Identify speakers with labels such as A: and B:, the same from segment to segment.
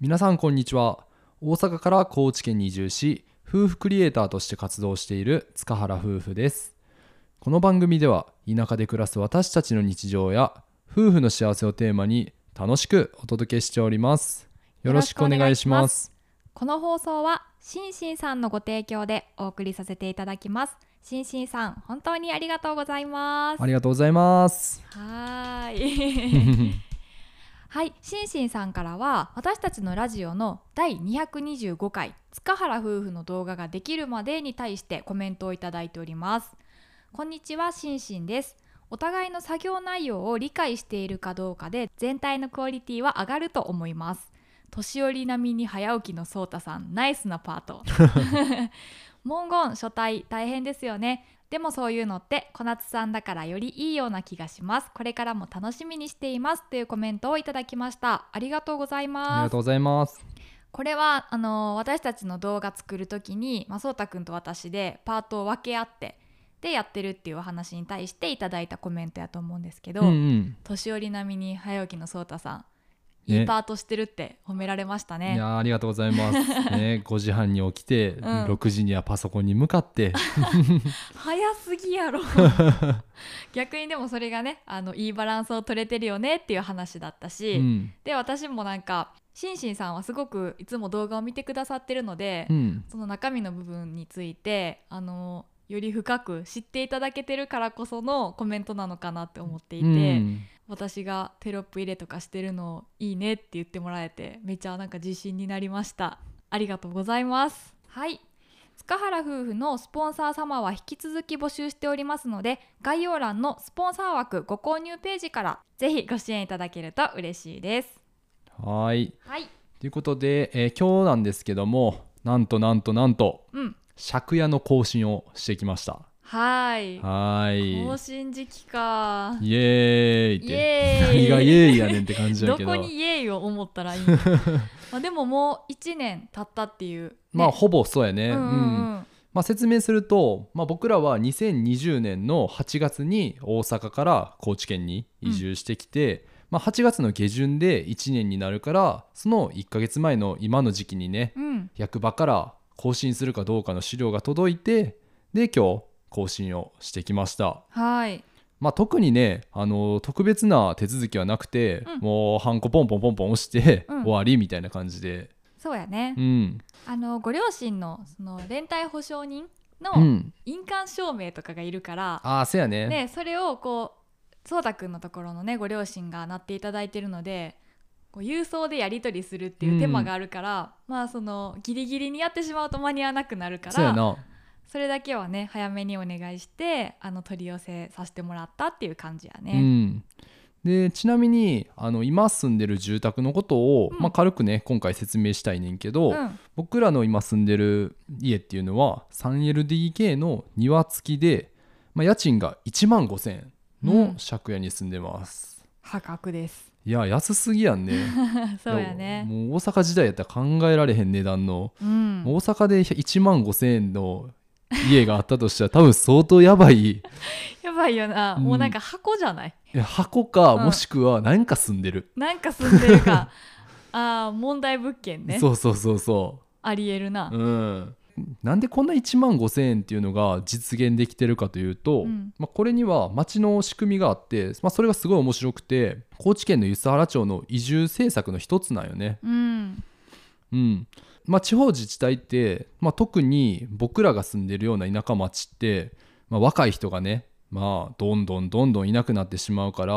A: 皆さんこんにちは大阪から高知県に移住し夫婦クリエイターとして活動している塚原夫婦ですこの番組では田舎で暮らす私たちの日常や夫婦の幸せをテーマに楽しくお届けしておりますよろしくお願いします
B: この放送はしんしんさんのご提供でお送りさせていただきますしんしんさん本当にありがとうございます
A: ありがとうございます
B: はーいはいしんしんさんからは私たちのラジオの第225回塚原夫婦の動画ができるまでに対してコメントをいただいておりますこんにちはしんしんですお互いの作業内容を理解しているかどうかで全体のクオリティは上がると思います年寄り並みに早起きのソータさんナイスなパート 文言書体大変ですよねでもそういうのって小夏さんだからよりいいような気がしますこれからも楽しみにしていますというコメントをいただきましたありがとうござい
A: あり
B: ま
A: が
B: す
A: とうございます
B: これはあの私たちの動画作る時に、まあ、そうたくんと私でパートを分け合ってでやってるっていうお話に対していただいたコメントやと思うんですけど、
A: うんうん
B: 年寄り並みに早起きのそうたさん
A: ね
B: いいパートしてるって褒められました
A: い
B: ね
A: やーありがとうございます、 ね、5時半に起きて、
B: ん
A: 6時にはパソコンに向かって
B: 早すぎ やろ逆にでもそれがねあのいいバランスを取れてるよねっていう話だったし、
A: うん
B: で私もなんかしんしんさんはすごくいつも動画を見てくださってるので、
A: うん
B: その中身の部分についてあのより深く知っていただけてるからこそのコメントなのかなって思っていて、
A: うん
B: 私がテロップ入れとかしてるのをいいねって言ってもらえてめちゃなんか自信になりましたありがとうございますはい塚原夫婦のスポンサー様は引き続き募集しておりますので概要欄のスポンサー枠ご購入ページからぜひご支援いただけると嬉しいです
A: はーい
B: はい
A: ということで、えー今日なんですけどもなんとなんとなんと
B: うん
A: 借家の更新をしてきました
B: はい
A: はーい
B: 更新時期か
A: イエーイって
B: イエー
A: 何
B: イ
A: がイエーイやねんって感じだ
B: ど
A: けど
B: こにイエイを思ったらい いのまあでももう1年経ったっていう、ね
A: まあほぼそうや
B: う
A: ね、
B: んう
A: うん
B: ん
A: まあ、説明すると、まあ、僕らは2020年の8月に大阪から高知県に移住してきて、まあ、8月の下旬で1年になるからその1ヶ月前の今の時期にね
B: うん、うん
A: 役場から更新するかどうかの資料が届いてで今日更新をしてきました。
B: はい
A: まあ、特にね、あの特別な手続きはなくて、
B: うん
A: もうハンコポンポンポンポン押して、
B: うん
A: 終わりみたいな感じで、
B: そうやね
A: う、ん
B: あのご両親のその連帯保証人
A: う
B: の
A: ん、
B: 印鑑証明とかがいるから、
A: ああせやね
B: ね、それをこうそうたくんのところのねご両親がなっていただいてるのでこう郵送でやり取りするっていう手間があるから、まあそのギリギリにやってしまうと間に合わなくなるか
A: そうや
B: ら
A: な
B: それだけはね早めにお願いしてあの取り寄せさせてもらったっていう感じや
A: う
B: ね。
A: ん、でちなみにあの今住んでる住宅のことを、
B: うん
A: まあ、軽くね今回説明したいねんけど、
B: うん
A: 僕らの今住んでる家っていうのは 3LDK の庭付きで、まあ、家賃が1万5,000円
B: うん
A: の借家に住んでます。
B: 破 格です。
A: いや安すぎやんね
B: そうやね。
A: もう大阪時代やったら考えられへん値段の、
B: うん。
A: 大阪で1万5,000円の家があったとしたら多分相当やばい
B: やばいよな。
A: うん
B: もうなんか箱じゃない。
A: 箱か、
B: うん
A: もしくは何か住んでる、
B: なんか住んでる かあー問題物件ね
A: そうそうそうそう
B: ありえるな、
A: うん、なんでこんな1万5,000円っていうのが実現できてるかというと、
B: うん
A: まあ、これには町の仕組みがあって、まあ、それがすごい面白くて高知県の梼原町の移住政策の一つなんよね。
B: うん
A: うんまあ、地方自治体って、まあ、特に僕らが住んでるような田舎町って、まあ、若い人がね、まあ、どんどんどんどんいなくなってしまうから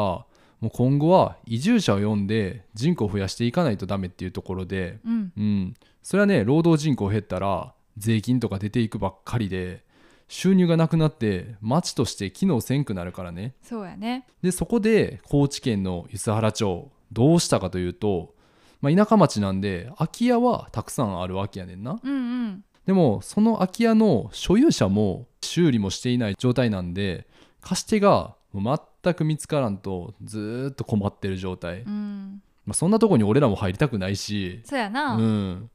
A: もう今後は移住者を呼んで人口を増やしていかないとダメっていうところで、
B: うん
A: うん、それはね労働人口減ったら税金とか出ていくばっかりで収入がなくなって町として機能せんくなるからね
B: そうやね
A: でそこで高知県の梼原町どうしたかというと、まあ、田舎町なんで空き家はたくさんあるわけやねんな
B: うんうん
A: でもその空き家の所有者も修理もしていない状態なんで貸し手がもう全く見つからんとずーっと困ってる状態、
B: うん
A: まあ、そんなとこに俺らも入りたくないし
B: そうやな、
A: うん、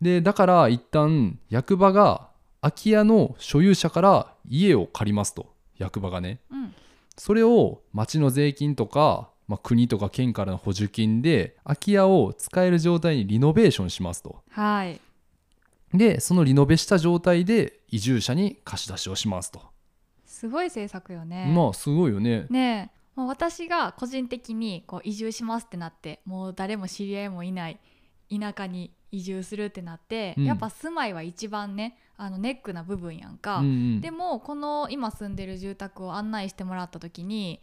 A: でだから一旦役場が空き家の所有者から家を借りますと役場がね
B: うん
A: それを町の税金とか、ままあ、国とか県からの補助金で空き家を使える状態にリノベーションしますと
B: はい
A: でそのリノベした状態で移住者に貸し出しをしますと、
B: すごい制作よね
A: まあすごいよ ね
B: ねえもう私が個人的にこう移住しますってなってもう誰も知り合いもいない田舎に移住するってなって、
A: うん
B: やっぱ住まいは一番ねあのネックな部分やんか、
A: うんうん
B: でもこの今住んでる住宅を案内してもらった時に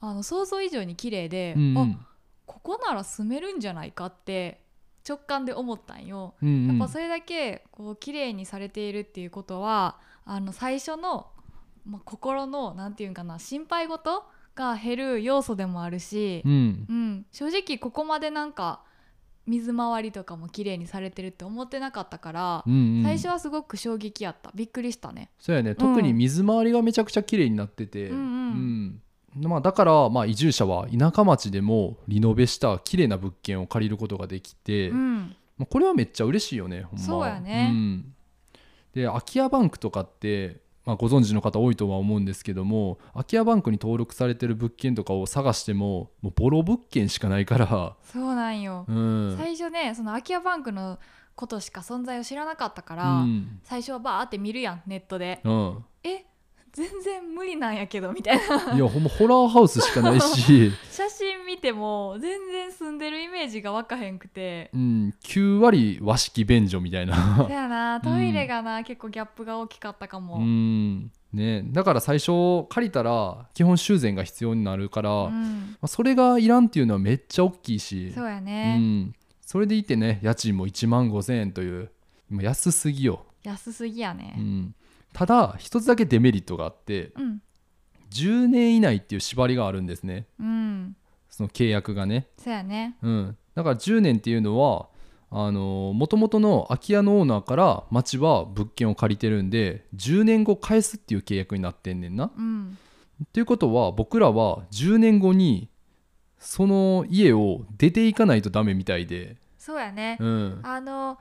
B: あの想像以上に綺麗で、
A: うんうん
B: あここなら住めるんじゃないかって直感で思ったんよ。
A: うんうん
B: やっぱそれだけこう綺麗にされているっていうことはあの最初の、まあ、心のなんていうんかな心配事が減る要素でもあるし、
A: うん
B: うん、正直ここまでなんか水回りとかも綺麗にされてるって思ってなかったから
A: う、んうん
B: 最初はすごく衝撃やったびっくりしたね。
A: そうやね特に水回りがめちゃくちゃ綺麗になってて、
B: うんうん
A: うんまあ、だから、まあ、移住者は田舎町でもリノベした綺麗な物件を借りることができて、
B: うん、
A: まあ、これはめっちゃ嬉しいよねほんま
B: そうやね
A: うんで空き家バンクとかって、まあ、ご存知の方多いとは思うんですけども空き家バンクに登録されてる物件とかを探してももうボロ物件しかないから、
B: そうなんよ、
A: うん、
B: 最初ねその空き家バンクのことしか存在を知らなかったから、
A: うん
B: 最初はバーって見るやんネットで。
A: うん、
B: え全然無理なんやけどみたいない
A: やほんまホラーハウスしかないし、
B: 写真見ても全然住んでるイメージが湧かへんくて
A: うん、9割和式便所みたいな
B: そやなトイレがな、結構ギャップが大きかったかも、
A: うんね、だから最初借りたら基本修繕が必要になるから、ま
B: うん
A: あそれがいらんっていうのはめっちゃ大きいし
B: そうや
A: う
B: ね、
A: ん、それでいてね家賃も1万5,000円というもう安すぎよ、
B: 安すぎや
A: う
B: ね
A: ん、ただ一つだけデメリットがあって
B: うん
A: 10年以内っていう縛りがあるんですね
B: うん、
A: その契約がね、
B: そうやね
A: うん、だから10年っていうのはあの元々の空き家のオーナーから町は物件を借りてるんで10年後返すっていう契約になってんねんな
B: うん
A: っていうことは僕らは10年後にその家を出ていかないとダメみたいで、
B: そうやね、
A: うん
B: あの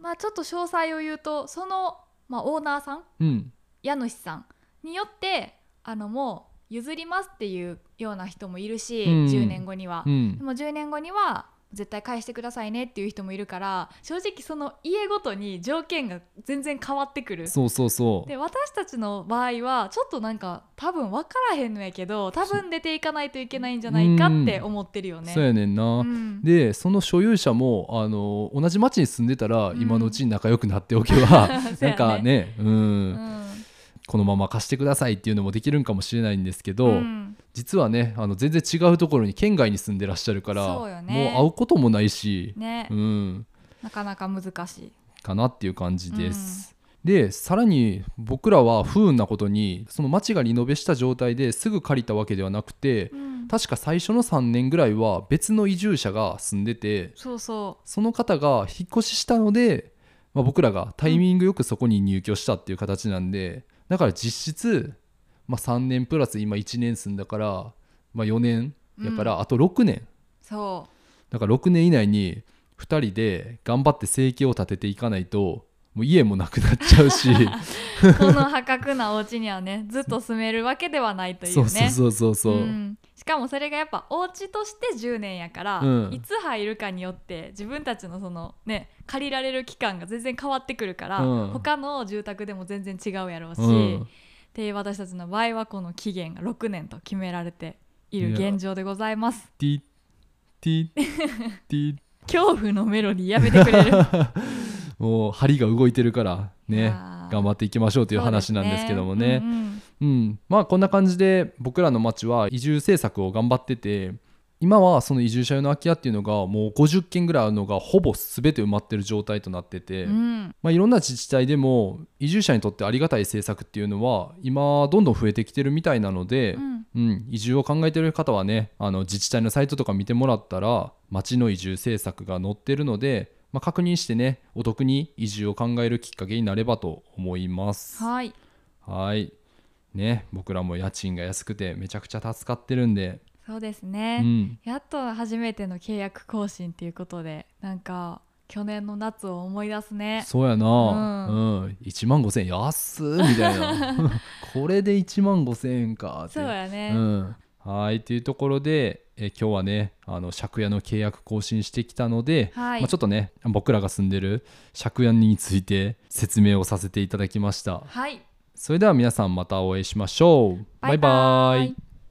B: まあちょっと詳細を言うとその、まあ、オーナーさん
A: うん、
B: 家主さんによってあのもう譲りますっていうような人もいるし、
A: うん
B: 10年後には
A: う、ん
B: で、も10年後には絶対返してくださいねっていう人もいるから正直その家ごとに条件が全然変わってくる。
A: そうそうそう
B: で私たちの場合はちょっとなんか多分分からへんのやけど多分出ていかないといけないんじゃないかって思ってるよね。
A: そうやねんな、
B: うん
A: でその所有者もあの同じ町に住んでたら、
B: うん
A: 今のうちに仲良くなっておけば
B: そう
A: な
B: や
A: んかね、うん
B: うん
A: このまま貸してくださいっていうのもできるんかもしれないんですけど、
B: うん
A: 実はねあの全然違うところに県外に住んでらっしゃるから
B: そうよね
A: もう会うこともないし、
B: ね、
A: うん、
B: なかなか難しい。
A: かなっていう感じです。でさらに僕らは不運なことにその町がリノベした状態ですぐ借りたわけではなくて
B: うん
A: 確か最初の3年ぐらいは別の移住者が住んでて
B: そうそ
A: その方が引っ越ししたので、まあ、僕らがタイミングよくそこに入居したっていう形なんでだから実質、まあ、3年プラス今1年住んだから、まあ、4年やからあと6年、
B: うそ
A: だから6年以内に2人で頑張って生計を立てていかないともう家もなくなっちゃう し
B: うこの破格なお家にはねずっと住めるわけではないという
A: そ
B: ね。
A: うそうそうそうそう、
B: うんしかもそれがやっぱお家として10年やから、
A: うん
B: いつ入るかによって自分たちのそのね借りられる期間が全然変わってくるから、
A: うん
B: 他の住宅でも全然違うやろうし、
A: うん
B: で私たちの場合はこの期限が6年と決められている現状でございます
A: ティティティ
B: 恐怖のメロディーやめてく れる
A: もう針が動いてるから
B: い
A: ね
B: やー
A: 頑張っていきましょうという話なんですけどもね
B: そうですうん
A: うん、まあこんな感じで僕らの町は移住政策を頑張ってて今はその移住者用の空き家っていうのがもう50軒ぐらいあるのがほぼ全て埋まってる状態となってて、
B: うんうん
A: まあ、いろんな自治体でも移住者にとってありがたい政策っていうのは今どんどん増えてきてるみたいなので、
B: うん
A: うん移住を考えてる方はねあの自治体のサイトとか見てもらったら町の移住政策が載ってるので、まあ、確認してねお得に移住を考えるきっかけになればと思います。
B: はい
A: はいね、僕らも家賃が安くてめちゃくちゃ助かってるんで、
B: そうです
A: う
B: ね、
A: ん、
B: やっと初めての契約更新っていうことでなんか去年の夏を思い出すね
A: そうやな、
B: う
A: うん1万5,000円安っみたいなこれで1万5,000円かって
B: そうやね、
A: うん、はいというところで、えー今日はねあの借家の契約更新してきたので、
B: はい
A: まあ、ちょっとね僕らが住んでる借家について説明をさせていただきました
B: はい
A: それでは皆さんまたお会いしましょうバイバイ
B: バイバイ